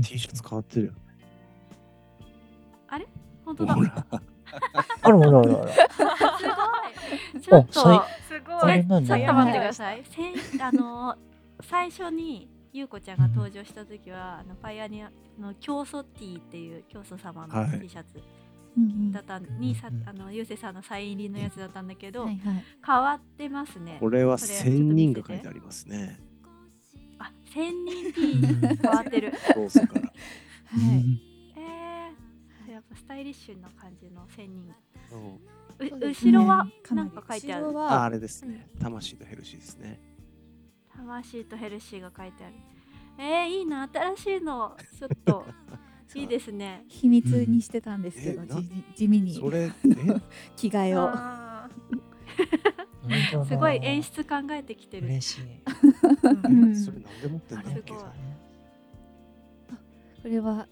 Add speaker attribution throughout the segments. Speaker 1: T シャツ変わってるよ。
Speaker 2: 本当だ。
Speaker 1: ほら。
Speaker 3: あらあらあらあら。
Speaker 2: すごい。ちょっ
Speaker 3: あ
Speaker 2: と
Speaker 3: さ
Speaker 4: す
Speaker 3: あ
Speaker 4: ご
Speaker 3: れ
Speaker 4: い。
Speaker 3: なんだ
Speaker 2: ちょっ
Speaker 3: ね
Speaker 2: と待ってくだ
Speaker 4: さい。
Speaker 2: せんあの最初に優子ちゃんが登場した時はあのパイアニアの教祖ティーっていう教祖様
Speaker 1: は
Speaker 2: の
Speaker 1: い
Speaker 2: T シャツ
Speaker 5: うん
Speaker 2: だったにさ、
Speaker 3: うん
Speaker 2: あのゆうせいさんのサイン入りのやつだったんだけ
Speaker 5: うん
Speaker 2: ど、
Speaker 5: はいはい。
Speaker 2: 変わってますね。
Speaker 1: これは
Speaker 2: これ
Speaker 1: 千人が書いてありますね。
Speaker 2: あ、千人 T に変わってる。
Speaker 1: ローソンから。
Speaker 5: はい。
Speaker 2: えー、やっぱスタイリッシュな感じの千人。
Speaker 1: そう
Speaker 2: う
Speaker 4: そうです
Speaker 2: 後ろは
Speaker 5: ねかな
Speaker 2: な
Speaker 5: り
Speaker 2: んか書いてある
Speaker 4: 後。ろ
Speaker 1: ああ
Speaker 4: は
Speaker 1: れですね。魂とヘルシーですね。
Speaker 2: 魂とヘルシーが書いてある。えー、いいな、新しいの、ちょっ といいですね。
Speaker 5: 秘密にしてたんですけど、
Speaker 1: え
Speaker 5: じ
Speaker 1: な
Speaker 5: 地味
Speaker 1: そ
Speaker 5: に
Speaker 1: れ、え、
Speaker 5: 着替えを。
Speaker 4: あ
Speaker 3: 本当だ
Speaker 2: すごい演。出考えてきてる。
Speaker 3: 嬉しい。
Speaker 5: うん
Speaker 1: それなんで持ってんだっ
Speaker 2: す
Speaker 1: け
Speaker 2: ごい
Speaker 5: これは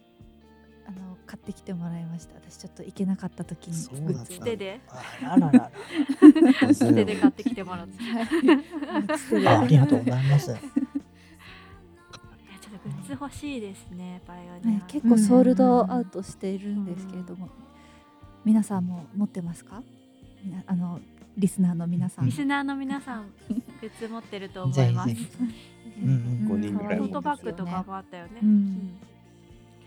Speaker 5: あの買ってきてもらいました。私ちょっと行けなかった時に
Speaker 1: そう
Speaker 5: グ
Speaker 1: なんだ
Speaker 5: ッズ
Speaker 2: つてで、
Speaker 3: あららら
Speaker 1: そ
Speaker 2: つてで買ってきてもらった。い
Speaker 3: ら。あありがとうございます。
Speaker 2: や、ちょっとグッズ欲しいですね、バイオニ
Speaker 5: ね
Speaker 2: ア。、
Speaker 5: 結構ソールドアウトしているんですけれども、皆さんも持ってますか？みなあのリスナーの皆さん。
Speaker 2: リ
Speaker 5: ね
Speaker 2: スナーの皆さん、グッズ持ってると思
Speaker 3: ぜ
Speaker 2: い
Speaker 3: ひ
Speaker 2: ます。
Speaker 3: ぜひ。うん
Speaker 1: 五人
Speaker 2: ト
Speaker 1: ぐらい持っ
Speaker 2: ー
Speaker 1: て
Speaker 2: ト
Speaker 1: る
Speaker 2: バッグとかもあったよね。
Speaker 5: う
Speaker 2: うん
Speaker 5: ん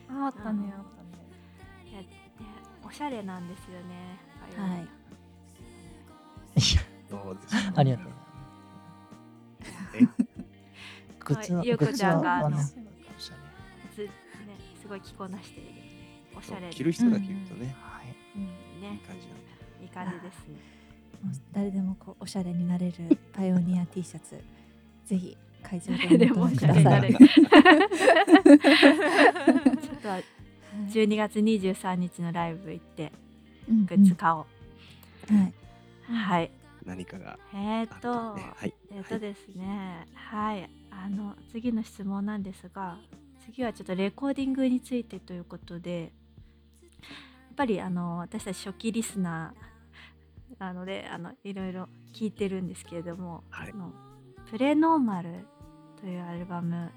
Speaker 4: あ、あったね。
Speaker 2: ね
Speaker 4: あ
Speaker 2: おしゃれなんですよね。
Speaker 5: はいい。
Speaker 1: そうです
Speaker 3: ありがとうございます。靴は
Speaker 2: ゆうこちゃんがあの
Speaker 3: 靴はねおしゃれ
Speaker 2: ずね、すごい着こなしている。おしゃれ
Speaker 1: ね。
Speaker 2: で
Speaker 1: 着る人だけ着るとね、
Speaker 3: はい
Speaker 1: いい
Speaker 2: ね、
Speaker 1: 感じなんで
Speaker 2: いい感じですね。
Speaker 5: もう誰でもこうおしゃれになれるパイオニア T シャツ、ぜひ会場
Speaker 2: 誰
Speaker 5: で
Speaker 2: で
Speaker 5: お
Speaker 2: もお
Speaker 5: 求め
Speaker 2: し
Speaker 5: く
Speaker 2: ゃ
Speaker 5: だ
Speaker 2: れにな
Speaker 5: さ
Speaker 2: れ
Speaker 5: い
Speaker 2: る。。ちょっとは12月23日のライブ行ってグッズ買おう。
Speaker 5: うんうんはい。
Speaker 2: はい。
Speaker 1: 何かが
Speaker 2: えー
Speaker 1: あ
Speaker 2: っ
Speaker 1: ったら
Speaker 2: と、
Speaker 1: ね。はい。
Speaker 2: えーっとですね、はい。あの次の質問なんですが、次はちょっとレコーディングについてということで、やっぱりあの私たち初期リスナーなのであのいろいろ聞いてるんですけれども、
Speaker 1: はい
Speaker 2: あのプレノーマルというアルバム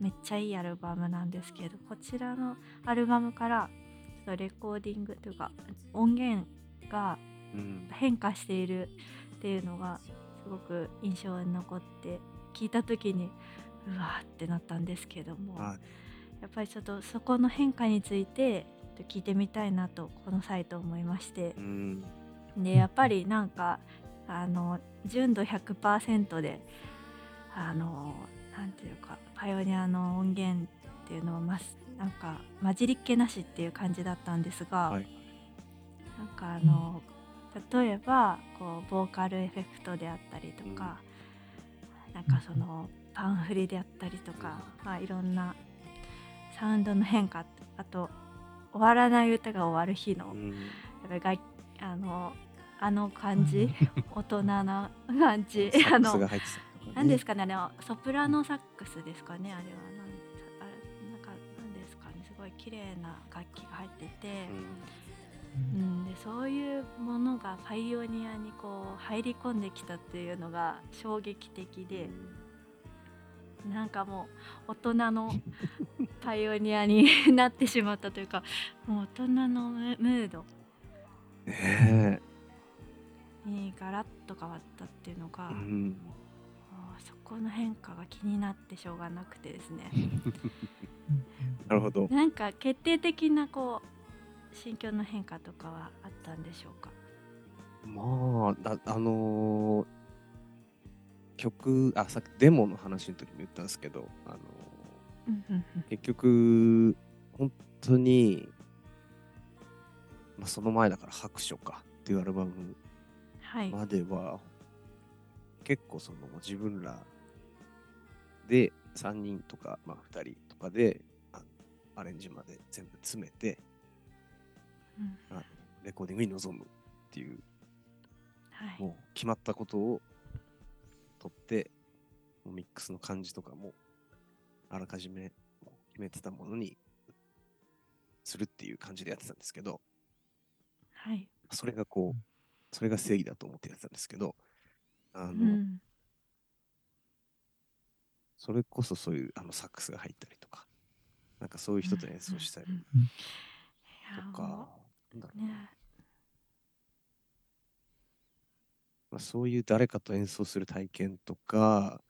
Speaker 2: めっちゃいいアルバムなんですけどこちらのアルバムからちょっとレコーディングというか音源が
Speaker 1: うん。
Speaker 2: 変化しているっていうのがすごく印象に残って聞いた時にうわーってなったんですけども
Speaker 1: は
Speaker 2: やっぱりちょっとそこの変化についてちょっと聞いてみたいなとこの際と思いまして
Speaker 1: うん。
Speaker 2: でやっぱりなんかあの純度100%であのなんていうかパイオニアの音源っていうのはますなんか混じりっ気なしっていう感じだったんですが、
Speaker 1: はい
Speaker 2: なんかあの、例えばこうボーカルエフェクトであったりとか、なんかそのパンフレであったりとか、まあ、いろんなサウンドの変化あと終わらない歌が終わる日の
Speaker 1: うん。
Speaker 2: やっぱり楽あのあの感じ、大人な感じ
Speaker 1: サッ
Speaker 2: あ
Speaker 1: クス
Speaker 2: の
Speaker 1: が入ってたりとかね。
Speaker 2: 何ですかねあれはソプラノサックスですかねあれはなんあれなんかなんですかねすごい綺麗な楽器が入ってて、
Speaker 1: うん
Speaker 2: うんでそういうものがパイオニアにこう入り込んできたっていうのが衝撃的で、なんかもう大人 のパイオニアになってしまったというかもう大人のムムード
Speaker 1: ね
Speaker 2: にガラッと変わったっていうのが、
Speaker 1: え。うん。
Speaker 2: もうそこの変化が気になってしょうがなくてですね
Speaker 1: なるほど。
Speaker 2: なんか決定的なこう心境の変化とかはあったんでしょうか
Speaker 1: まあ、だあのー曲、あ、さっきデモの話の時も言ったんですけど、あのー結局、本当に、まあ、その前だから白書かっていうアルバム
Speaker 2: はい、
Speaker 1: までは、結構その自分らで3人とか、まあ、2人とかであアレンジまで全部詰めて
Speaker 2: うん
Speaker 1: レコーディングに臨むっていう
Speaker 2: はい、
Speaker 1: もう決まったことを取って、もうミックスの感じとかも、あらかじめもう決めてたものにするっていう感じでやってたんですけど、
Speaker 2: はい、
Speaker 1: それがこう、それが正義だと思ってやってたんですけど、あの、
Speaker 2: うん
Speaker 1: それこそそういうあのサックスが入ったりとか、なんかそういう人と演奏したり
Speaker 2: うん
Speaker 3: うん
Speaker 2: いや
Speaker 1: とか、なんだろう
Speaker 2: ね
Speaker 1: まあ、そういう誰かと演奏する体験とか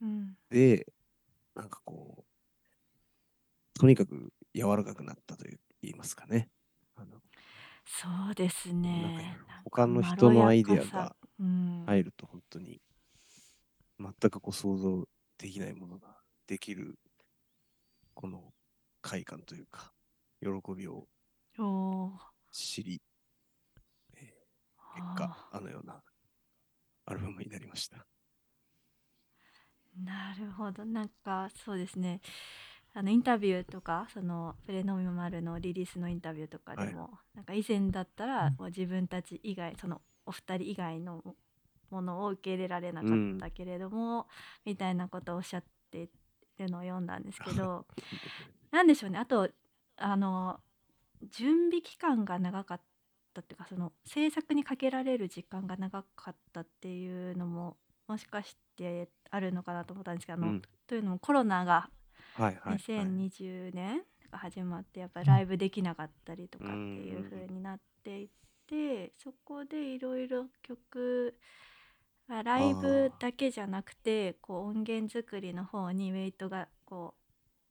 Speaker 2: うん
Speaker 1: で、なんかこう、とにかく柔らかくなったという言いますかね。あの
Speaker 2: そうです
Speaker 1: なん
Speaker 2: ね
Speaker 1: か他の人のアイデアが
Speaker 2: 入
Speaker 1: 入ると本当に全くこう想像できないものができるこの快感というか喜びを
Speaker 2: おー
Speaker 1: 知り結果
Speaker 2: あ
Speaker 1: あのようなアルバムになりました。
Speaker 2: ーなるほどなんかそうですねあのインタビューとかそのプレノミマルのリリースのインタビューとかでも、なんか以前だったら
Speaker 3: うん
Speaker 2: もう自分たち以外そのお二人以外のものを受け入れられなかったけれども、みたいなことをおっしゃってるのを読んだんですけ どなんでしょうねあとあの準備期間が長かったっていうかその制作にかけられる時間が長かったっていうのももしかしてあるのかなと思ったんですけどあの、
Speaker 1: うん
Speaker 2: というのもコロナが
Speaker 1: はいはい、はい。
Speaker 2: 2020年が始まってやっぱ
Speaker 3: う
Speaker 2: り
Speaker 3: ん
Speaker 2: ライブできなかったりとかって
Speaker 1: う
Speaker 2: い
Speaker 1: ん
Speaker 2: う風になっていってそこでいろいろ曲あライブだけじゃなくてこう音源作りの方にウェイトがこ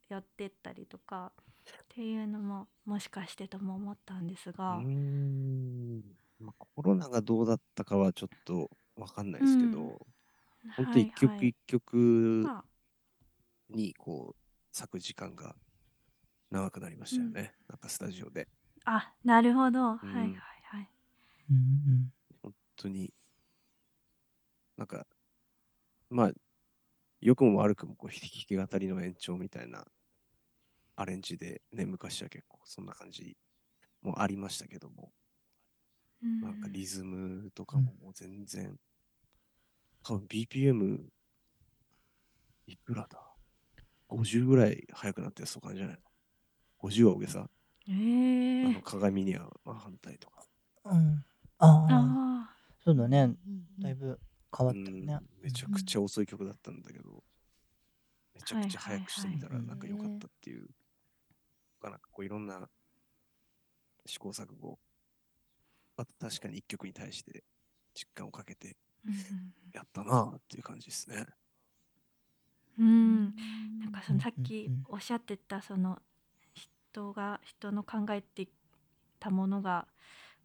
Speaker 2: う寄ってったりとかっていうのももしかしてとも思ったんです
Speaker 1: うー
Speaker 2: が。
Speaker 1: んまあ、コロナがどうだったかはちょっとわかんないですけど、
Speaker 2: うん
Speaker 1: 本当一曲一曲
Speaker 2: まあ
Speaker 1: にこう咲く時間が長くなりましたよね、なんかスタジオで
Speaker 2: あなるほど、
Speaker 1: ん
Speaker 2: はいはいはい。
Speaker 3: うん
Speaker 1: 本当になんかまあ良くも悪くもこう弾き語りの延長みたいなアレンジでね昔は結構そんな感じもありましたけども、
Speaker 2: うん
Speaker 1: なんかリズムとかももう全然、多分 BPM いくらだ ?50 ぐらい速くなってるそう感じじゃないの ?50 は大げさ
Speaker 2: え
Speaker 1: あ
Speaker 2: ー
Speaker 1: の、鏡にはまあ反対とか。
Speaker 3: うんうんああ
Speaker 2: あ
Speaker 3: そうだね
Speaker 5: うん
Speaker 3: だいぶ変わ
Speaker 1: う
Speaker 3: った
Speaker 1: ん
Speaker 3: ね
Speaker 1: めちゃくちゃ遅い曲だったんだけど、めちゃくちゃ
Speaker 2: はいはい
Speaker 1: 速くしてみたら
Speaker 3: はい
Speaker 1: なんか良かったっていう。なんかこういろんな試行錯誤。あと確かに一曲に対して実感をかけて
Speaker 2: ーうん
Speaker 1: やったなあっていう感じですね。
Speaker 2: う んうんなんかそのさっ
Speaker 3: う
Speaker 2: き
Speaker 3: んうんうん
Speaker 2: おっしゃってたその人が人の考えてたものが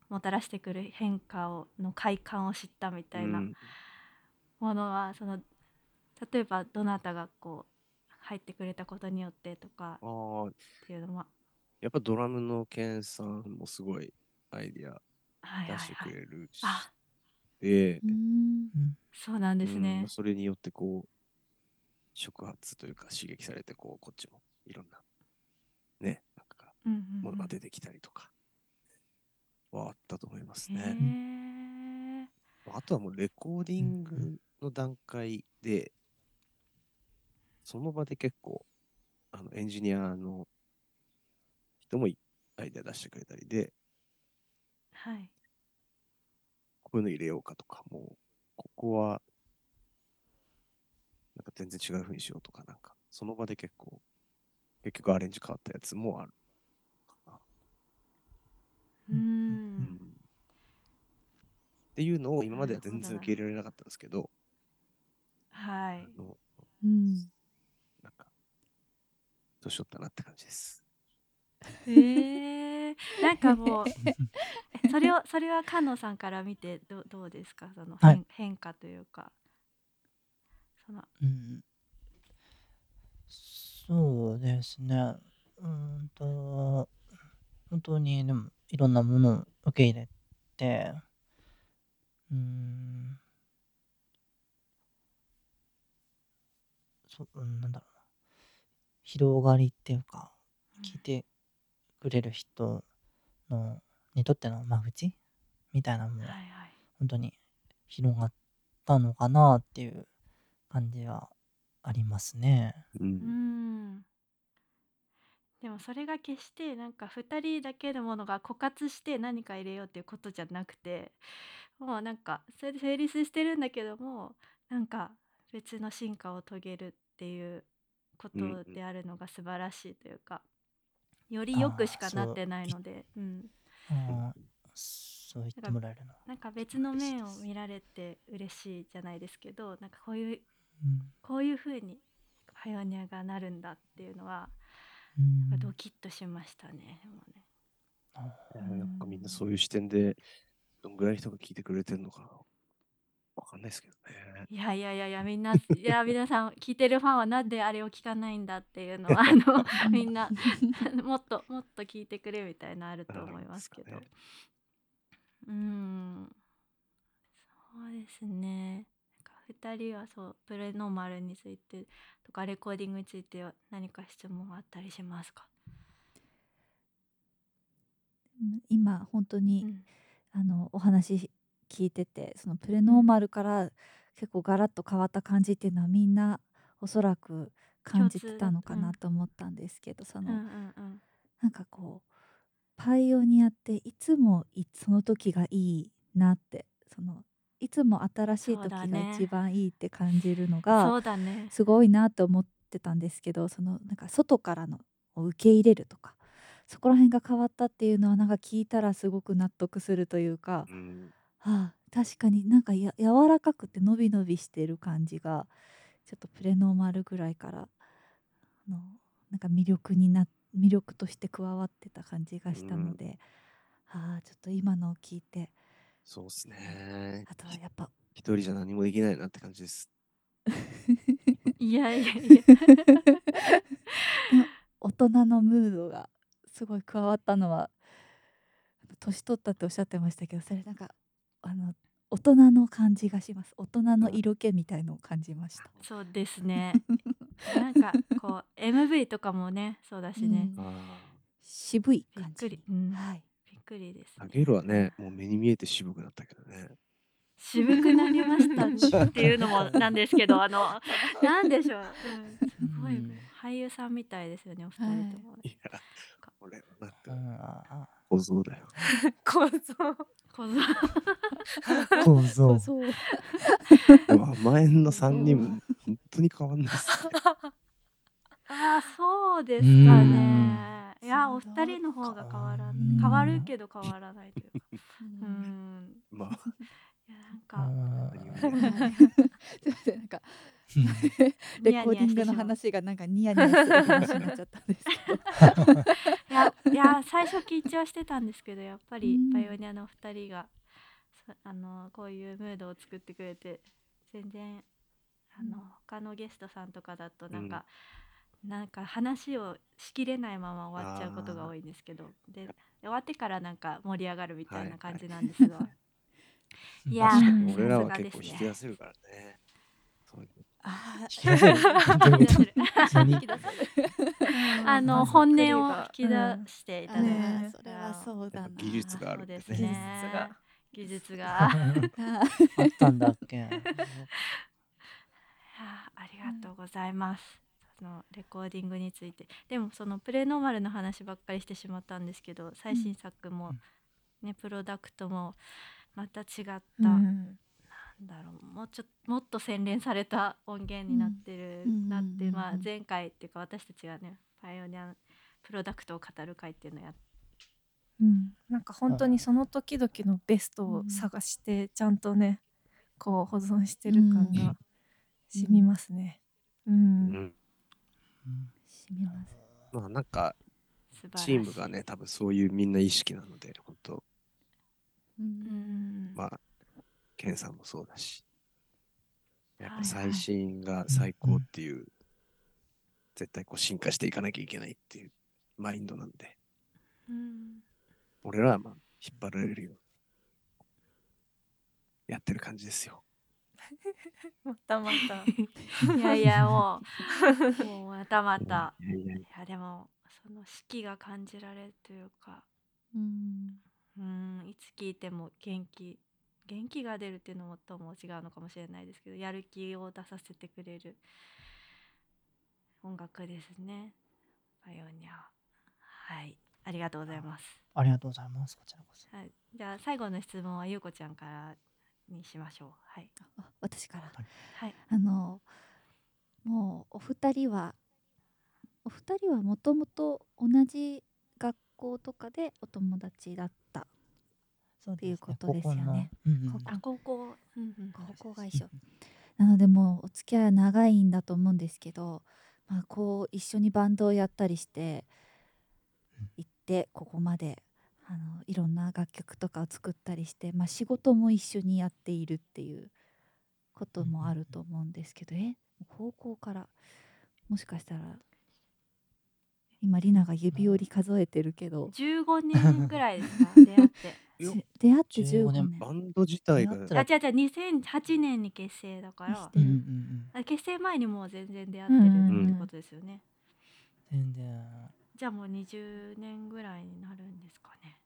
Speaker 2: もたらしてくる変化をの快感を知ったみたいな
Speaker 1: うん
Speaker 2: ものはその例えばどなたがこう入ってくれたことによってとか
Speaker 1: ああ、
Speaker 2: っていうのは
Speaker 1: やっぱドラムのケンさんもすごいアイディア
Speaker 2: はいは
Speaker 1: 出
Speaker 2: い
Speaker 1: して
Speaker 2: は
Speaker 1: く
Speaker 2: い
Speaker 1: れるし、
Speaker 2: あ
Speaker 1: で
Speaker 5: う、ん
Speaker 2: そうなんです
Speaker 1: う
Speaker 2: ね
Speaker 1: んそれによってこう、触発というか刺激されて、こう、こっちもいろんな、ね、なんか、
Speaker 2: うんうん
Speaker 1: も
Speaker 2: う
Speaker 1: の
Speaker 2: ん
Speaker 1: が出てきたりとか、はあったと思います
Speaker 2: へ
Speaker 1: ね。
Speaker 2: ー
Speaker 1: あとはもうレコーディングの段階で、その場で結構、あのエンジニアの人もいアイデア出してくれたりで、
Speaker 2: はい
Speaker 1: こういうの入れようかとか、もう、ここは、なんか全然違う風にしようとか、なんか、その場で結構、結局アレンジ変わったやつもある。
Speaker 2: う
Speaker 1: うん
Speaker 2: ん
Speaker 1: っていうのを今までは
Speaker 2: なるほど
Speaker 1: 全然受け入れられなかったんですけど、
Speaker 2: はい
Speaker 1: あの
Speaker 5: うん
Speaker 1: なんか、年取ったなって感じです。
Speaker 2: ええなんかもうえそれを それは菅野さんから見てどうどうですかその変,、
Speaker 3: はい
Speaker 2: 変化というかその
Speaker 3: うんそうですね。うーんと、本当にでもいろんなものを受け入れて、うーん、そうんなんだろうな、広がりっていうか、聞いてくれる人のにとっての間口みたいなもの
Speaker 2: はい
Speaker 3: が
Speaker 2: はい
Speaker 3: 本当に広がったのかなっていう感じはありますね。
Speaker 1: う
Speaker 2: うー
Speaker 1: ん。
Speaker 2: んでもそれが決してなんか2人だけのものが枯渇して何か入れようっていうことじゃなくてもうなんかそれで成立してるんだけどもなんか別の進化を遂げるっていうことであるのが素晴らしいというか、より良くしかなってないので、うん、
Speaker 3: あーそう言ってもらえるの。
Speaker 2: なんか別の面を見られて嬉しいじゃないですけどなんかこういう
Speaker 3: うん
Speaker 2: こういう風にパイオニアがなるんだっていうのは
Speaker 3: うん
Speaker 2: なんかドキッとしましたね。でもね
Speaker 1: いやなんかみんなそういう視点で、どんぐらいの人が聞いてくれてるのかな。わかんないですけどね。
Speaker 2: いやいやいやいやみんないや皆さん聞いてるファンはなんであれを聞かないんだっていうのはあのみ んなもっともっと聞いてくれみたいなのあると思いますけど
Speaker 1: あるんで
Speaker 2: うんそうですねなんか2人はそうプレノーマルについてとかレコーディングについては何か質問あったりしますか、
Speaker 5: 今本当
Speaker 2: う
Speaker 5: に、
Speaker 2: ん
Speaker 5: あのお話聞いててそのプレノーマルから結構ガラッと変わった感じっていうのはみんなおそらく感じてたのか
Speaker 2: 共
Speaker 5: な
Speaker 2: 通
Speaker 5: と思ったんですけど、そ
Speaker 2: うん
Speaker 5: の、
Speaker 2: うんうん
Speaker 5: なんかこうパイオニアっていつもいその時がいいなってそのいつも新しい
Speaker 2: そう
Speaker 5: 時が
Speaker 2: だね
Speaker 5: 一番いいって感じるの
Speaker 2: そ
Speaker 5: が
Speaker 2: うだね
Speaker 5: すごいなと思ってたんですけどそのなんか外からのを受け入れるとかそこら辺が変わったっていうのはなんか聞いたらすごく納得するというか、
Speaker 1: うん。
Speaker 5: はあ、確かになんかや柔らかくてのびのびしてる感じがちょっとプレノーマルぐらいからあのなんか魅力にな魅力として加わってた感じがしたので、はあちょっと今のを聞いて
Speaker 1: そうですね。
Speaker 5: あとはやっぱ
Speaker 1: 一人じゃ何もできないなって感じです。
Speaker 2: いやいやいや
Speaker 5: 大人のムードがすごい加わったのは年取ったっておっしゃってましたけどそれなんかあの大人の感じがします大人の色気みたいのを感じました。
Speaker 2: そうですねなんかこう MV とかもねそうだしね、
Speaker 5: うん
Speaker 1: あ
Speaker 5: 渋い
Speaker 2: びっ
Speaker 5: 感じ
Speaker 2: く
Speaker 5: に
Speaker 2: り、うん、
Speaker 5: はい
Speaker 2: びっくりです、
Speaker 1: あ。
Speaker 2: ね
Speaker 1: あ、げるはね、もう目に見えて渋くなったけどね。
Speaker 2: 渋くなりました っていうのもなんですけどあの なんでしょう、うん、すごい
Speaker 3: うん
Speaker 2: 俳優さんみたいですよねお二人とも、
Speaker 1: いや、俺はなん
Speaker 3: う
Speaker 1: か、
Speaker 3: んあ
Speaker 1: 小僧 だよ。
Speaker 4: 構
Speaker 2: 小
Speaker 4: 造
Speaker 2: 僧
Speaker 3: ー構造
Speaker 5: そう
Speaker 1: でも前の三人も本当に変わんないっすね。
Speaker 2: あーそうですかね
Speaker 5: うん
Speaker 2: いやお二人の方が変わら
Speaker 3: うん
Speaker 2: 変わるけど変わらないというかうん
Speaker 1: まあ、
Speaker 2: いやなん
Speaker 3: あ
Speaker 2: か
Speaker 1: う
Speaker 5: はい
Speaker 1: ん
Speaker 5: ちょっと待ってなんかレ
Speaker 2: ニ
Speaker 5: コ
Speaker 2: ヤニヤ
Speaker 5: ーディン
Speaker 2: して
Speaker 5: グ
Speaker 2: し
Speaker 5: の
Speaker 2: まう
Speaker 5: 話がなんかニヤニヤする話になっちゃったんですけど
Speaker 2: いやいや最初緊張してたんですけどやっぱり
Speaker 5: うん
Speaker 2: パイオニアのお二人がそあのこういうムードを作ってくれて全然あの、
Speaker 5: うん
Speaker 2: 他のゲストさんとかだとなんか、なんか話をしきれないまま終わっちゃうことが多いんですけどで終わってからなんか盛り上がるみたいな感じなんですが、いや
Speaker 1: 確か
Speaker 2: うん
Speaker 1: に俺らは
Speaker 2: さすがで
Speaker 1: 結構
Speaker 2: すね
Speaker 1: 引き出せるからね。そう
Speaker 3: あー
Speaker 2: 引き出せる
Speaker 3: 何
Speaker 2: あの
Speaker 3: ま
Speaker 2: 本音を引き出していただいた、
Speaker 4: ね
Speaker 5: それはそうだな
Speaker 1: 技術がある
Speaker 2: そ
Speaker 1: ん
Speaker 2: う
Speaker 1: で
Speaker 2: です
Speaker 1: ね
Speaker 2: ね技術が
Speaker 5: あ
Speaker 3: あったんだっけ。
Speaker 2: あーありがとうございます。そのレコーディングについてでもそのプレノーマルの話ばっかりしてしまったんですけど最新作も、ねプロダクトもまた違った、なんだろうもうちょもっと洗練された音源になってる
Speaker 5: うん
Speaker 2: なって、
Speaker 5: うんうん
Speaker 2: まあ
Speaker 5: うん、
Speaker 2: 前回っていうか私たちがねパイオニアプロダクトを語る会っていうのをやっ
Speaker 5: うん
Speaker 4: なんか本当にその時々のベストを探してちゃんとねこう保存してる感
Speaker 5: う
Speaker 4: が
Speaker 5: ん
Speaker 4: しみますね。うん
Speaker 1: うん。
Speaker 5: しみます
Speaker 1: まあなんか、
Speaker 2: 素晴らしい
Speaker 1: チームがね、多分そういうみんな意識なので、本当
Speaker 5: う
Speaker 2: うんん、
Speaker 1: まあ、ケンさんもそうだし、やっ
Speaker 2: はいは
Speaker 1: ぱ
Speaker 2: い
Speaker 1: 最新が最高っていう、絶対こう進化していかなきゃいけないっていうマインドなんで、
Speaker 2: うん
Speaker 1: 俺らはまあ引っ張られるようにやってる感じですよ。
Speaker 4: またまた。
Speaker 2: いやいやもうもうまたまた
Speaker 1: いやいや
Speaker 2: いやでもその四季が感じられるというか
Speaker 5: うん
Speaker 2: うーんいつ聞いても元気元気が出るっていうのもとも違うのかもしれないですけどやる気を出させてくれる音楽ですねパイオニアははいありがとうございます、
Speaker 3: ありがとうございます。こちらこそ。
Speaker 2: はい、じゃあ最後の質問はゆうこちゃんからにしましょうはい
Speaker 5: あ私から
Speaker 2: はい
Speaker 5: あのもうお二人は二人はもともと同じ学校とかでお友達だった
Speaker 3: そう
Speaker 5: ってい
Speaker 3: で
Speaker 5: う
Speaker 3: すね
Speaker 5: ことですよね。
Speaker 3: ここのうんうん
Speaker 5: ここ
Speaker 2: あ高校、うんうん、
Speaker 5: 高校が一緒なのでもうお付き合いは長いんだと思うんですけど、まあ、こう一緒にバンドをやったりして
Speaker 3: うん
Speaker 5: 行ってここまであのいろんな楽曲とかを作ったりして、まあ、仕事も一緒にやっているっていうこともあると思うんですけど、え高校からもしかしたら今リナが指折り数えてるけど
Speaker 2: 15年ぐらいですか出会って
Speaker 1: いや
Speaker 5: じ出会って15
Speaker 3: 15
Speaker 5: 年
Speaker 3: 年
Speaker 1: バンド自体が
Speaker 3: 出会っ
Speaker 2: あ
Speaker 3: たら
Speaker 2: 違う違う2008年に結成だから
Speaker 5: う
Speaker 3: うんんうんうん
Speaker 2: あ結成前にもう全然出会ってるってことですよね、
Speaker 3: 全然
Speaker 2: じゃあもう20年ぐらいになるんですかね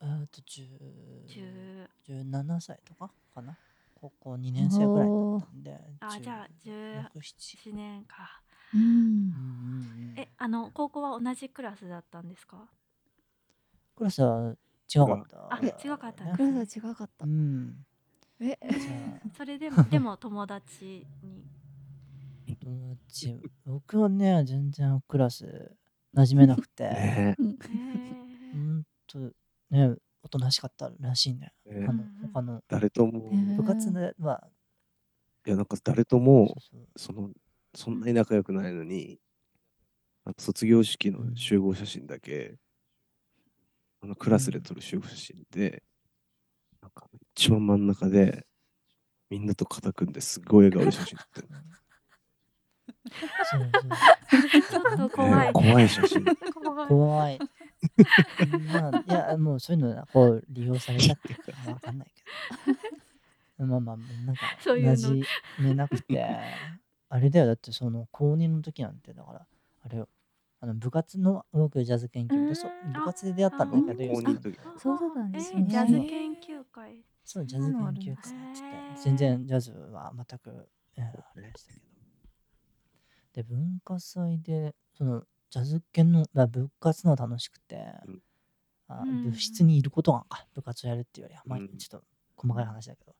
Speaker 3: えーっと10
Speaker 2: 10
Speaker 3: 17歳とかかな高校2年生ぐらいだったんで
Speaker 2: あじゃあ
Speaker 3: 1 7
Speaker 2: 1年か
Speaker 5: うん
Speaker 3: うんうんうん
Speaker 2: えあの高校は同じクラスだったんですか
Speaker 3: クラスは違かった
Speaker 2: あ違かったん
Speaker 5: ク
Speaker 2: だ
Speaker 5: ラスは違かった
Speaker 3: う、ん
Speaker 5: え
Speaker 3: じゃあ
Speaker 2: それ でもでも友達に
Speaker 3: 友達 僕はね全然クラス馴染めなくて
Speaker 1: ね
Speaker 2: へ
Speaker 3: う
Speaker 2: ー
Speaker 3: んとねおとなしかったらしいね
Speaker 1: えね
Speaker 3: あの
Speaker 2: うんうん
Speaker 3: 他の
Speaker 1: 誰とも、
Speaker 5: ね
Speaker 1: い
Speaker 3: 部活では
Speaker 1: やなんか誰と
Speaker 3: そう
Speaker 1: も
Speaker 3: そう
Speaker 1: そのそんなに仲良くないのに、あと卒業式の集合写真だけ、あのクラスで撮る集合写真で、なんか一番真ん中で、みんなと肩組んですごい笑顔で写真撮ってる
Speaker 3: うんそうそう
Speaker 2: ちょっと怖い、
Speaker 1: ね怖い写真。
Speaker 2: 怖い
Speaker 3: 怖い。まあ、いや、もうそういうのはこう利用されたっていうか、わかんないけど。まあまあ、なんか、
Speaker 2: そういうの
Speaker 3: 馴染めなくて。あれだよ、だってその公認の時なんて、だから、あれよ。あの部活の僕ジャズ研究でそう
Speaker 2: うん
Speaker 3: 部活で出会ったんだけど
Speaker 1: 公認の時
Speaker 2: あ
Speaker 5: そうだったんです
Speaker 2: え
Speaker 5: よね
Speaker 2: ジャズ研究会
Speaker 3: そうジャズ研
Speaker 4: そんなのあるん
Speaker 3: 究会
Speaker 4: だ
Speaker 3: っつって
Speaker 2: へー
Speaker 3: 全然ジャズは全く、えーあれでしたけどで文化祭でそのジャズ系のまあ部活のは楽しくて、
Speaker 1: うん
Speaker 3: あ
Speaker 2: うん
Speaker 3: 部室にいることがあ部活をやるっていうよりは、まあ、
Speaker 1: う
Speaker 3: ちょ
Speaker 1: ん
Speaker 3: っと細かい話だけど、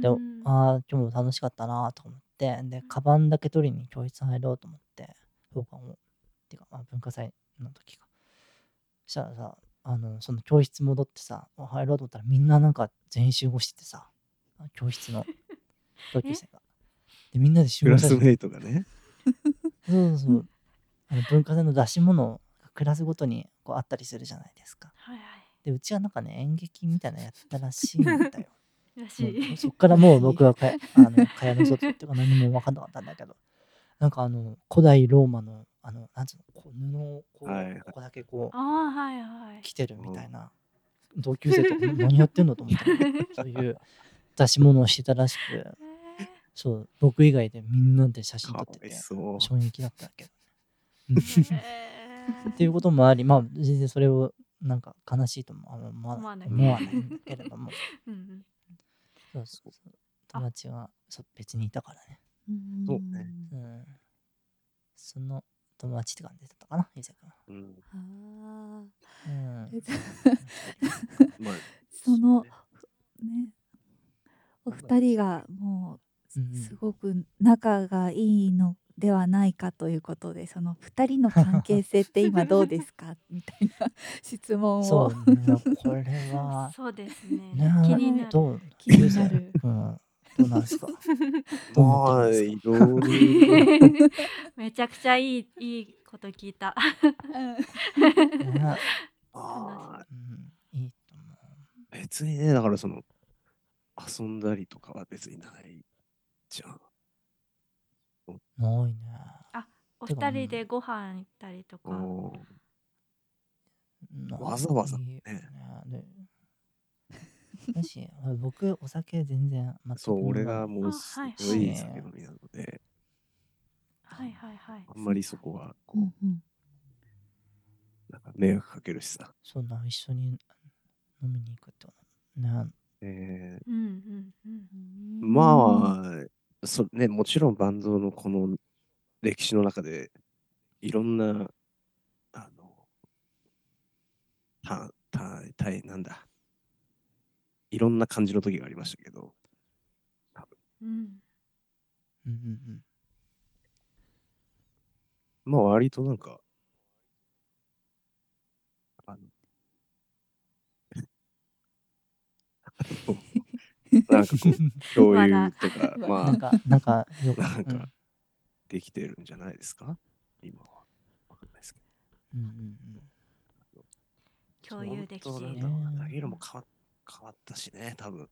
Speaker 3: で、
Speaker 2: うん
Speaker 3: ああ今日も楽しかったなと思ってでカバンだけ取りに教室入ろうと思って教官をてか、まあ、文化祭の時かそしたらさあのその教室戻ってさあ入ろうと思ったらみんななんか全員集合しててさあの 教室の同級生がでみんなで集
Speaker 1: ク
Speaker 3: 合
Speaker 1: ラ
Speaker 3: 写
Speaker 1: ス
Speaker 3: 真
Speaker 1: メイトがね。
Speaker 3: そうそうそう、
Speaker 5: うん
Speaker 3: あの文化祭の出し物がクラスごとにこうあったりするじゃないですか
Speaker 2: はいは
Speaker 3: でうちはなんかね演劇みたいなのやったらしいんだよ
Speaker 2: いらし
Speaker 3: もう
Speaker 2: い
Speaker 3: そっからもう僕は かやあの蚊帳の外っていうか何も分かんなかったんだけどなんかあの古代ローマのあのなんつうのこう布をこう、
Speaker 1: はい
Speaker 3: ここだけこ
Speaker 2: ああはいは
Speaker 3: う
Speaker 2: い
Speaker 3: 着てるみたいな同級生と か何やってんのと思ったのそういう出し物をしてたらしく
Speaker 2: へー
Speaker 3: そう僕以外でみんなで写真撮
Speaker 1: か
Speaker 3: って
Speaker 1: わい
Speaker 3: て
Speaker 1: そう。
Speaker 3: 衝撃だったわけど
Speaker 2: へー
Speaker 3: っていうこともありまあ全然それをなんか悲しいともあんま思わ
Speaker 2: 思わな
Speaker 3: な
Speaker 2: いい
Speaker 3: 思わないんだけれども
Speaker 2: うんうん。
Speaker 3: そうそうそう友達はそう別にいたからね
Speaker 1: そうね
Speaker 3: うん。その友達って感じだったかな、伊勢君。
Speaker 1: うん、
Speaker 5: うんあ
Speaker 3: うん。
Speaker 5: ー
Speaker 1: まあ、
Speaker 5: その
Speaker 1: うね
Speaker 5: ねお二人がも
Speaker 3: う
Speaker 5: うんすごく仲がいいのではないかということでその二人の関係性って今どうですかみたいな質問
Speaker 3: そ
Speaker 5: を
Speaker 3: うね、これは
Speaker 2: そうですね
Speaker 3: ね
Speaker 2: 気になる
Speaker 3: どう
Speaker 5: 気になる。
Speaker 3: うん。どうなんですかどう
Speaker 1: ま
Speaker 3: 思っ
Speaker 1: あ、
Speaker 3: てるん
Speaker 1: い
Speaker 3: です
Speaker 1: ろい ろ。
Speaker 2: めちゃくちゃいいいいこと聞いた。
Speaker 3: かね
Speaker 1: ああ、
Speaker 3: うん。いいと思
Speaker 1: 別にね、だからその、遊んだりとかは別にないじゃん。
Speaker 3: う。ないね。
Speaker 2: お二人でご飯行ったりとか。
Speaker 1: おー
Speaker 3: ない
Speaker 1: わざわざね
Speaker 3: いいよねでもし、僕、お酒全然全く
Speaker 1: そう、
Speaker 3: 飲まな
Speaker 1: 俺
Speaker 3: い
Speaker 1: がも
Speaker 2: あ
Speaker 1: うす
Speaker 2: はい
Speaker 1: ご
Speaker 3: はいい
Speaker 1: 酒飲みなので、
Speaker 2: はいはいはい。
Speaker 1: あんまりそこはこ
Speaker 5: う
Speaker 1: う、
Speaker 5: んうん
Speaker 1: なんか迷惑かけるしさ。
Speaker 3: そんな一緒に飲みに行くってことね。
Speaker 1: えー
Speaker 2: うんうんうん。
Speaker 1: まあ、そね、もちろんバンドのこの歴史の中で、いろんな、あの、た、た、たい、なんだ、いろんな感じの時がありましたけど、
Speaker 2: うん、
Speaker 3: うんうんうん。
Speaker 1: まあ割となんか、あ の、なんかこう、共有とか、
Speaker 3: な
Speaker 1: ま
Speaker 3: ん
Speaker 1: あ、
Speaker 3: か、なんか、よく
Speaker 1: なんか
Speaker 3: うん
Speaker 1: できてるんじゃないですか今は。わかんないですけど。
Speaker 3: うんうん
Speaker 2: 共有できて
Speaker 1: 本当
Speaker 2: い
Speaker 1: なん
Speaker 2: る
Speaker 1: だろうな
Speaker 3: ね
Speaker 1: 投げるも変わ変わったしね、多分。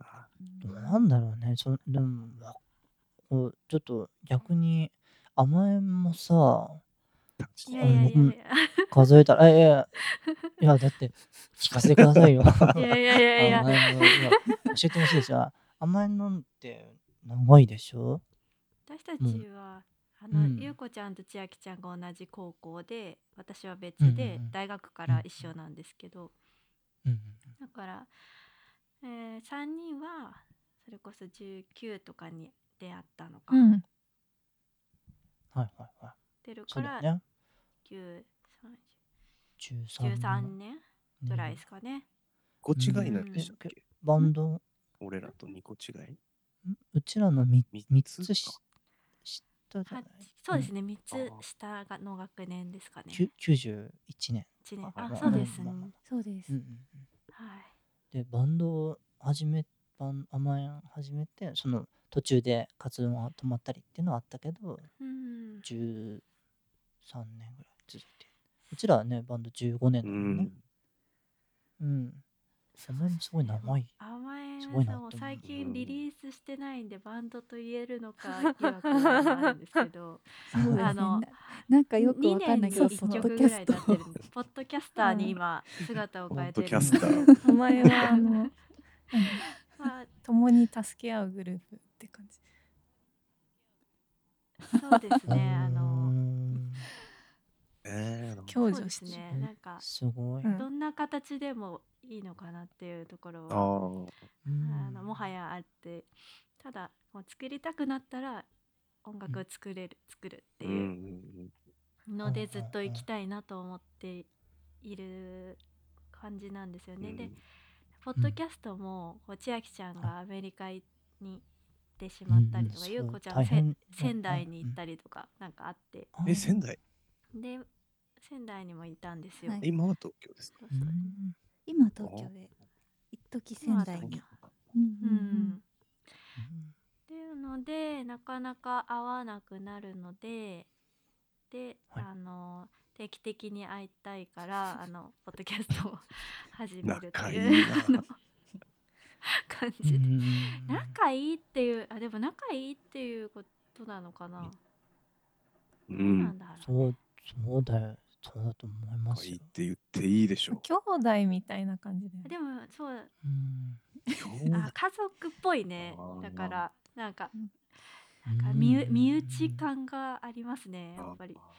Speaker 1: あ
Speaker 3: うん、どうなんだろうねそでもわこうちょっと逆に甘えんもさ
Speaker 2: いやいやい
Speaker 3: 数えたらえいやいやいやだって聞かせてくださいよ
Speaker 2: やいやいやいやいやいや
Speaker 3: 甘えんのいや教えてほしいですよ甘えんのって長いでしょ
Speaker 2: 私たちは、あの、
Speaker 3: うん
Speaker 2: ゆうこちゃんと千秋ちゃんが同じ高校で私は別
Speaker 3: うんうん
Speaker 2: で、
Speaker 3: うん
Speaker 2: 大学から一緒なんですけど、
Speaker 3: うん
Speaker 2: だから、えー、3人はそれこそ19とかに出会ったのか、
Speaker 4: うん
Speaker 3: はいはいはい
Speaker 2: 出る
Speaker 3: そ
Speaker 2: か
Speaker 3: うだ
Speaker 2: ら
Speaker 3: よね
Speaker 2: 9
Speaker 3: 13
Speaker 2: 13年ぐらいですかね。
Speaker 1: ご違いなんでしたっけ、
Speaker 3: バンドん
Speaker 1: 俺らと2個違いう
Speaker 3: ちらの 3,
Speaker 1: 三
Speaker 3: 三
Speaker 1: つ
Speaker 3: つし下じゃ
Speaker 2: は
Speaker 3: ない
Speaker 2: ちそうですね、3
Speaker 1: あ
Speaker 2: つ
Speaker 1: ー
Speaker 2: 下がの学年ですかね。
Speaker 3: きゅ91年
Speaker 2: 一年
Speaker 3: あ
Speaker 2: あ
Speaker 3: まあ
Speaker 2: そうですね
Speaker 3: まあ。まあま
Speaker 5: そうです
Speaker 3: うんうんうん
Speaker 2: はい。
Speaker 3: でバンドを始めバン甘えん始めてその途中で活動が止まったりっていうのはあったけど
Speaker 2: うん。
Speaker 3: 13年ぐらい続いてうちらはねバンド15年だ
Speaker 1: う
Speaker 3: もんね
Speaker 1: ん。
Speaker 3: うんそれもすごい長い
Speaker 2: 甘え
Speaker 3: すごいな
Speaker 2: さん
Speaker 3: と思
Speaker 2: も
Speaker 3: う
Speaker 2: 最近リリースしてないんでバンドと言えるのか疑惑はあるんですけど
Speaker 5: そうですね
Speaker 2: あの
Speaker 5: ななんかよく
Speaker 2: 2
Speaker 5: わか
Speaker 2: 年
Speaker 5: んな
Speaker 2: に
Speaker 5: いけど
Speaker 2: 1
Speaker 5: そうポッ
Speaker 2: 曲
Speaker 5: ドキャ
Speaker 2: ぐら
Speaker 5: ス
Speaker 2: い
Speaker 5: ト
Speaker 2: 経ってるんで ポッドキャスターに今姿を
Speaker 1: ポ
Speaker 2: 変え
Speaker 1: ッ
Speaker 2: て
Speaker 1: ド
Speaker 2: る
Speaker 1: キャスタ
Speaker 2: ので
Speaker 1: ー。
Speaker 4: 名前はあの、 うん
Speaker 2: まあ
Speaker 4: 共に助け合うグループって感じ。
Speaker 2: そうですねあ
Speaker 3: うー
Speaker 2: の
Speaker 3: ん
Speaker 1: えー、
Speaker 2: そ
Speaker 4: 共
Speaker 2: う
Speaker 4: 助
Speaker 2: で
Speaker 4: し
Speaker 2: す
Speaker 4: て、
Speaker 2: ねなんか
Speaker 3: すごい、
Speaker 4: うん
Speaker 2: どんな形でもいいのかなっていうところ
Speaker 1: あ
Speaker 2: は
Speaker 1: ー
Speaker 3: うん
Speaker 2: あのもはやあってただもう作りたくなったら音楽を作れる、作るって
Speaker 1: うん
Speaker 2: いううんの
Speaker 3: う
Speaker 2: で
Speaker 3: ん
Speaker 2: ずっと行きたいなと思っている感じなんですよ
Speaker 1: うんう
Speaker 2: ね。
Speaker 1: ん。
Speaker 2: でポッドキャストもこう千秋ちゃんがアメリカに行ってしまったりとか、
Speaker 3: うんうん
Speaker 2: ゆうこちゃん
Speaker 3: そう
Speaker 2: はせ
Speaker 3: 大変
Speaker 2: 仙台に行ったりとかなんかあって
Speaker 3: あー
Speaker 1: え、仙台
Speaker 2: で仙台にもいたんですよ。
Speaker 5: はい
Speaker 1: 今は東京ですか
Speaker 2: そう
Speaker 3: う
Speaker 2: そうん
Speaker 5: 今東京で一時仙台にうん
Speaker 2: う
Speaker 5: うんうん
Speaker 2: んっていうのでなかなか会わなくなるのでで、
Speaker 3: はい
Speaker 2: あの定期的に会いたいからあのポッドキャストを始めるって
Speaker 1: 仲
Speaker 2: いう
Speaker 1: いいな
Speaker 2: あの感
Speaker 3: う
Speaker 2: じで、
Speaker 3: ん
Speaker 2: 仲いいっていうあでも仲いいっていうことなのかな、
Speaker 1: う。
Speaker 2: どうなんんだろう
Speaker 3: そうそうだよそうだと思いま
Speaker 1: 仲
Speaker 3: す
Speaker 1: いいっ、
Speaker 3: よ
Speaker 1: て言っていいでし ょう。
Speaker 4: 兄弟みたいな感じで、
Speaker 2: でもそう
Speaker 3: うん
Speaker 1: 兄
Speaker 2: あ家族っぽいね
Speaker 1: あー
Speaker 2: だからなんか
Speaker 5: うん
Speaker 2: なんか身う身内感がありますねや
Speaker 1: 弟
Speaker 2: っぱり
Speaker 1: あ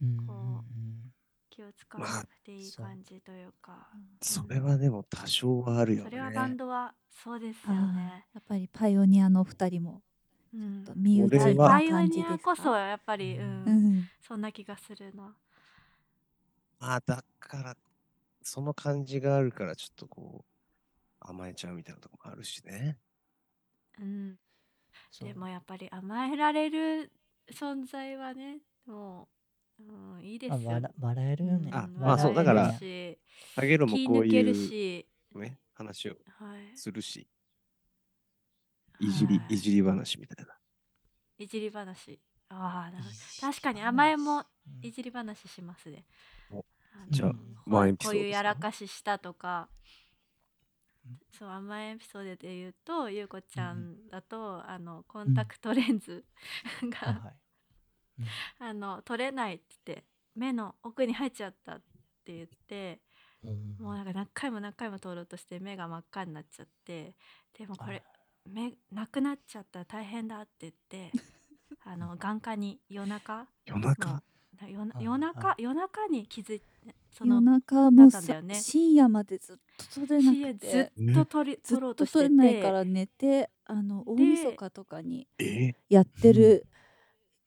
Speaker 3: うん
Speaker 2: こう
Speaker 3: うん
Speaker 2: 気を使わなくていい
Speaker 3: そう
Speaker 2: 感じというか。
Speaker 1: それはでも多少はあるよね。
Speaker 2: それはバンドはそうですよ
Speaker 5: あ
Speaker 2: ね。
Speaker 5: ーやっぱりパイオニアのお二人も
Speaker 2: うん
Speaker 5: 身内
Speaker 1: これ
Speaker 5: な
Speaker 1: は
Speaker 2: パイ
Speaker 5: 感
Speaker 2: オ
Speaker 5: じ
Speaker 2: ニ
Speaker 5: で
Speaker 2: ア
Speaker 5: す
Speaker 2: こそ
Speaker 5: か
Speaker 2: やっぱり、う、
Speaker 5: うんん
Speaker 2: そんな気がするな。
Speaker 1: まあだから、その感じがあるから、ちょっとこう、甘えちゃうみたいなとこもあるしね。
Speaker 2: うん、
Speaker 3: そう
Speaker 2: でもやっぱり甘えられる存在はね、もう、うん、いいです
Speaker 3: あ
Speaker 2: よ
Speaker 3: わら笑えるよね
Speaker 2: ん
Speaker 1: あまあそうだから
Speaker 2: 笑
Speaker 3: 笑
Speaker 2: え
Speaker 3: えるよね
Speaker 2: る
Speaker 1: あげろも
Speaker 2: し気
Speaker 1: こう
Speaker 2: 抜ける
Speaker 1: いう、
Speaker 2: し、
Speaker 1: ね、話を
Speaker 2: はい。
Speaker 1: するし、いじり
Speaker 2: は、い
Speaker 1: いじり話みたいな。
Speaker 2: いじり話。ああ、なるほど確
Speaker 3: 確
Speaker 2: かに甘えもい
Speaker 3: い
Speaker 2: じり話しますね
Speaker 1: お。
Speaker 2: あの
Speaker 1: じゃあ
Speaker 2: うん
Speaker 1: ワンエピソ
Speaker 2: こ
Speaker 1: ード
Speaker 2: ういう
Speaker 1: です
Speaker 2: や
Speaker 1: から
Speaker 2: かししたとか
Speaker 3: うん、
Speaker 2: そう甘いエピソードで言うと、ゆうこちゃ
Speaker 3: うん
Speaker 2: だと、あのコンタクトレンズ
Speaker 3: はい
Speaker 2: が、
Speaker 3: はいうん
Speaker 2: あの取れないって言って、目の奥に入っちゃったって言って、
Speaker 3: うん
Speaker 2: もうなんか何回も何回も取ろうとして目が真っ赤になっちゃって、でもこ
Speaker 3: は
Speaker 2: れ
Speaker 3: い
Speaker 2: 目なくなっちゃったら大変だって言って、あの眼科に夜中
Speaker 1: 夜
Speaker 2: も
Speaker 1: 中、
Speaker 2: うな夜な
Speaker 3: はい
Speaker 2: 夜
Speaker 3: は
Speaker 2: 中夜中に気づいてその
Speaker 5: 夜中もう
Speaker 2: だったんだよ
Speaker 5: さ
Speaker 2: ね
Speaker 5: 深夜までずっと取れ
Speaker 2: 深夜
Speaker 5: なく
Speaker 2: ず
Speaker 5: て
Speaker 2: っと取り
Speaker 5: ず
Speaker 2: 取ろ
Speaker 5: っ
Speaker 2: うと
Speaker 5: と
Speaker 2: して
Speaker 5: 取
Speaker 2: て
Speaker 5: れないから寝てあの大晦日とかに
Speaker 1: え
Speaker 5: やってる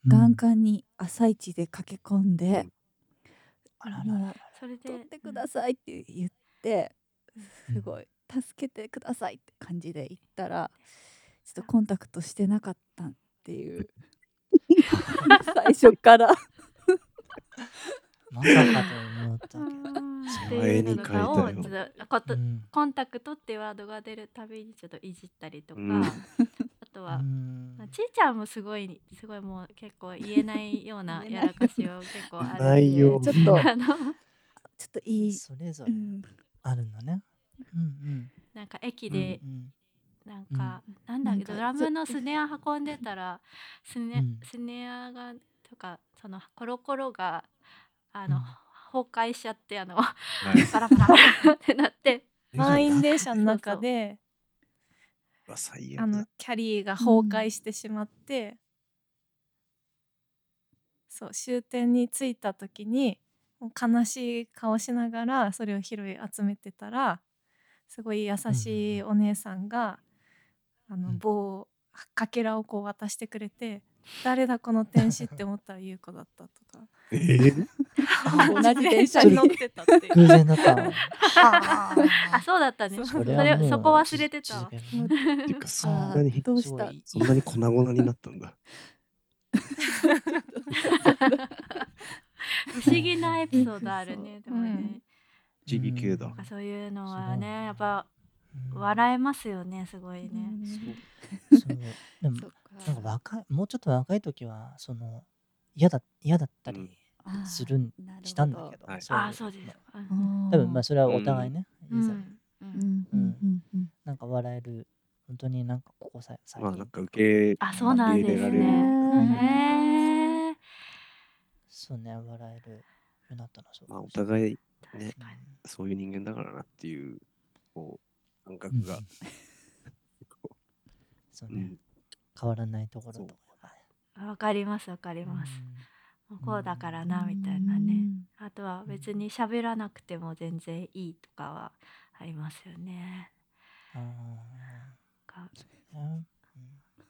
Speaker 3: うん
Speaker 5: 眼科に朝一で駆け込んで、
Speaker 3: あららら
Speaker 5: もう
Speaker 2: それで
Speaker 5: 取ってくださいって言って、
Speaker 3: うん
Speaker 5: すごい助けてくだ さいって感じで行ったらちょっとコンタクトしてなかったっていう最初から
Speaker 3: まさかと思ったけど。
Speaker 2: っていうのとかを
Speaker 1: 前に書いた
Speaker 2: ずこと
Speaker 3: うん
Speaker 2: コンタクトってワードが出るたびにちょっといじったりとか、
Speaker 1: うん
Speaker 2: あとは
Speaker 3: う、ん
Speaker 2: まあちいちゃんもすごいすごいもう結構言えないような
Speaker 5: 言え
Speaker 2: や
Speaker 5: な
Speaker 2: ら
Speaker 5: い
Speaker 2: かしを結構 ある
Speaker 1: 内容
Speaker 5: ちょっ と
Speaker 2: あの
Speaker 5: ちょっといい、
Speaker 3: それぞ
Speaker 5: う
Speaker 3: れ
Speaker 5: ん、
Speaker 3: あるんだね。うん
Speaker 2: なんか駅
Speaker 3: うん。
Speaker 2: で
Speaker 3: うん
Speaker 2: なんか、なんだっけ
Speaker 5: なんか
Speaker 2: ドラムのスネア運んでたらスネ,、
Speaker 3: うん
Speaker 2: スネアがとかそのコロコロがあの、
Speaker 3: うん
Speaker 2: 崩壊しちゃってあの
Speaker 1: はい
Speaker 2: パラパラパラってなって
Speaker 4: 満員電車の中で
Speaker 1: うわ最
Speaker 4: あ
Speaker 1: 悪
Speaker 4: の
Speaker 1: だ。
Speaker 4: キャリーが崩壊してしまって、そう終点に着いた時にもう悲しい顔しながらそれを拾い集めてたらすごい優しいお姉さんが、あ
Speaker 3: う
Speaker 4: の
Speaker 3: ん
Speaker 4: 棒をかけらをこう渡してくれて「誰だこの天使」って思ったら優子だったとか
Speaker 1: えー
Speaker 5: 同じ電車
Speaker 4: に
Speaker 5: に
Speaker 4: 乗ってたっていう
Speaker 3: 偶然だったわ。
Speaker 2: あそうだったね
Speaker 4: そう
Speaker 2: そ
Speaker 3: れ
Speaker 2: れ
Speaker 3: はもう
Speaker 2: そこ忘れてたわ。
Speaker 3: 続けるね
Speaker 1: てか そん
Speaker 5: あ
Speaker 1: なに
Speaker 5: どうした
Speaker 3: すごい
Speaker 1: そんなに粉々になったん だ。
Speaker 2: 不思議なエピソードあるね。で
Speaker 4: そう
Speaker 2: もね、
Speaker 1: 不思議系だ
Speaker 3: うん
Speaker 2: なんかそういうのは
Speaker 3: そう
Speaker 2: ね、やっぱ
Speaker 3: うん
Speaker 2: 笑えますよね、すごいね。
Speaker 3: そうでも
Speaker 5: そっ
Speaker 3: なんか若いもうちょっと若い時はその嫌だ嫌だったり
Speaker 5: か
Speaker 3: するん
Speaker 5: あー
Speaker 3: したんだけ
Speaker 1: なる
Speaker 3: ど
Speaker 1: ほどはい
Speaker 3: い
Speaker 2: ああ、そうです
Speaker 3: ま
Speaker 2: か
Speaker 3: あ。
Speaker 2: うん
Speaker 3: 多分まあそれはお互いね、
Speaker 2: う
Speaker 3: いざ
Speaker 2: んう
Speaker 5: うんんうんうんうん
Speaker 3: なんか笑える本当になんかここさ最
Speaker 1: まあ
Speaker 3: 近
Speaker 1: なんか受け
Speaker 2: あ、そうなんです
Speaker 1: 入れられ
Speaker 2: ね。
Speaker 3: うん
Speaker 2: へえ。
Speaker 3: そうね笑えるようになったのそう
Speaker 1: まあお
Speaker 3: い、
Speaker 1: 互いね
Speaker 2: 確かに。
Speaker 1: そういう人間だからなっていうこう感
Speaker 3: うん
Speaker 1: 覚が、こ
Speaker 3: そう
Speaker 1: う
Speaker 3: ね、
Speaker 1: ん
Speaker 3: 変わらないところとか
Speaker 2: わかります、わかり
Speaker 3: り
Speaker 2: ます。
Speaker 3: ん
Speaker 2: こうだからなみたいなね。あとは別に喋らなくても全然いいとかはありますよね。
Speaker 3: ああ
Speaker 2: なんか
Speaker 3: ー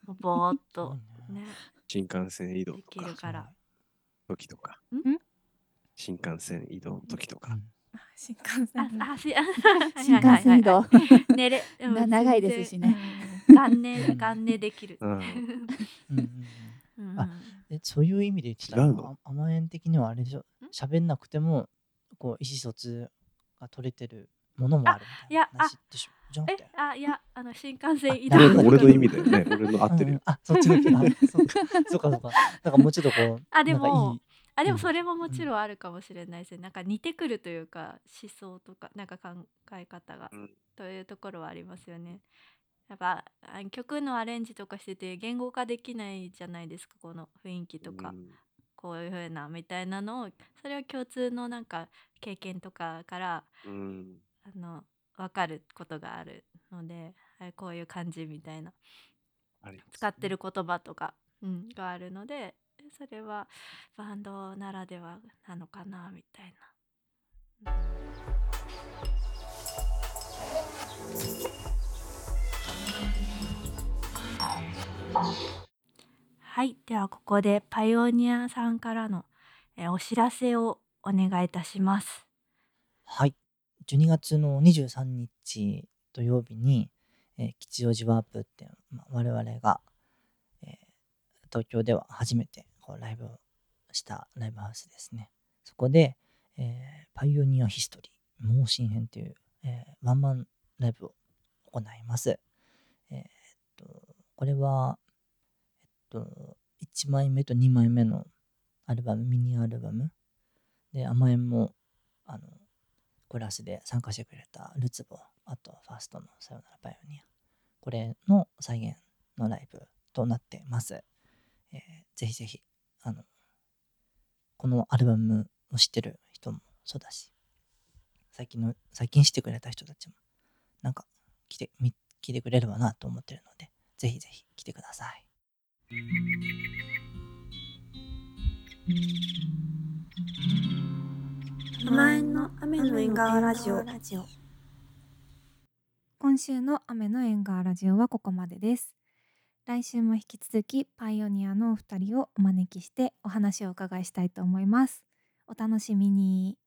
Speaker 3: うん
Speaker 2: ぼーっ
Speaker 3: すご
Speaker 2: と
Speaker 3: い
Speaker 2: ね、
Speaker 1: 新幹線移動
Speaker 2: でき
Speaker 1: と
Speaker 2: る
Speaker 1: か
Speaker 2: から。
Speaker 1: 時とか
Speaker 2: ん
Speaker 1: 新幹線移動の時とか、
Speaker 4: 新幹
Speaker 2: あ
Speaker 4: 線、
Speaker 2: あ、し、
Speaker 5: 新幹線移動
Speaker 2: 寝れ、でも
Speaker 5: な長いですし
Speaker 2: 全
Speaker 5: ね。
Speaker 2: 然うん元年、元年できる。
Speaker 1: うん
Speaker 3: うんうんうん
Speaker 2: うん
Speaker 3: あえそういう意味で言ってたら
Speaker 1: 違う
Speaker 3: あ
Speaker 1: の
Speaker 3: 甘えん的にはあれでしょ
Speaker 2: ん
Speaker 3: 喋んなくてもこう意思疎通が取れてるものもあるみ
Speaker 2: いや
Speaker 3: たいな話でしょじゃんっ
Speaker 2: え
Speaker 3: て、
Speaker 2: あ、いや、あの新幹線移動
Speaker 3: あ。
Speaker 1: なんか俺の意味だよ ね俺の合ってるよ、
Speaker 3: あ そっちの意味あそうかそう かそうかなんかもうちょっとこう
Speaker 2: あでも
Speaker 3: なんかいい
Speaker 2: あ、でもそれももちろんあるかもしれないですね。なんか似てくるというか、思想とか、なんか考え方が
Speaker 1: うん、
Speaker 2: というところはありますよね。やっぱあ曲のアレンジとかしてて言語化できないじゃないですかこの雰囲気とか、
Speaker 1: うん
Speaker 2: こういう風なみたいなのをそれは共通のなんか経験とかから
Speaker 1: うん
Speaker 2: あの分かることがあるのであこういう感じみたいな
Speaker 1: ありますね
Speaker 2: 使ってる言葉とか、うん、があるのでそれはバンドならではなのかなみたいな。はいではここでパイオニアさんからのえーお知らせをお願いいたします。
Speaker 3: はい12月の23日土曜日に、えー吉祥寺ワープっていう、まあ、我々が、えー東京では初めてこうライブをしたライブハウスですねそこで、えーパイオニアヒストリー盲信編という、えーワンマンライブを行いますえーっとこれはえっと1枚目と2枚目のアルバムミニアルバムで甘えんもあのクラスで参加してくれたルツボあとファーストのさよならパイオニアこれの再現のライブとなってます、えーぜひぜひあのこのアルバムを知ってる人もそうだし最近の最近してくれた人たちもなんか来てみ聞いてくれればなと思ってるのでぜひぜひ来てください
Speaker 6: 甘えんの雨の縁側ラジオ。
Speaker 4: 今週の雨の縁側ラジオはここまでです来週も引き続きパイオニアのお二人をお招きしてお話をお伺いしたいと思いますお楽しみに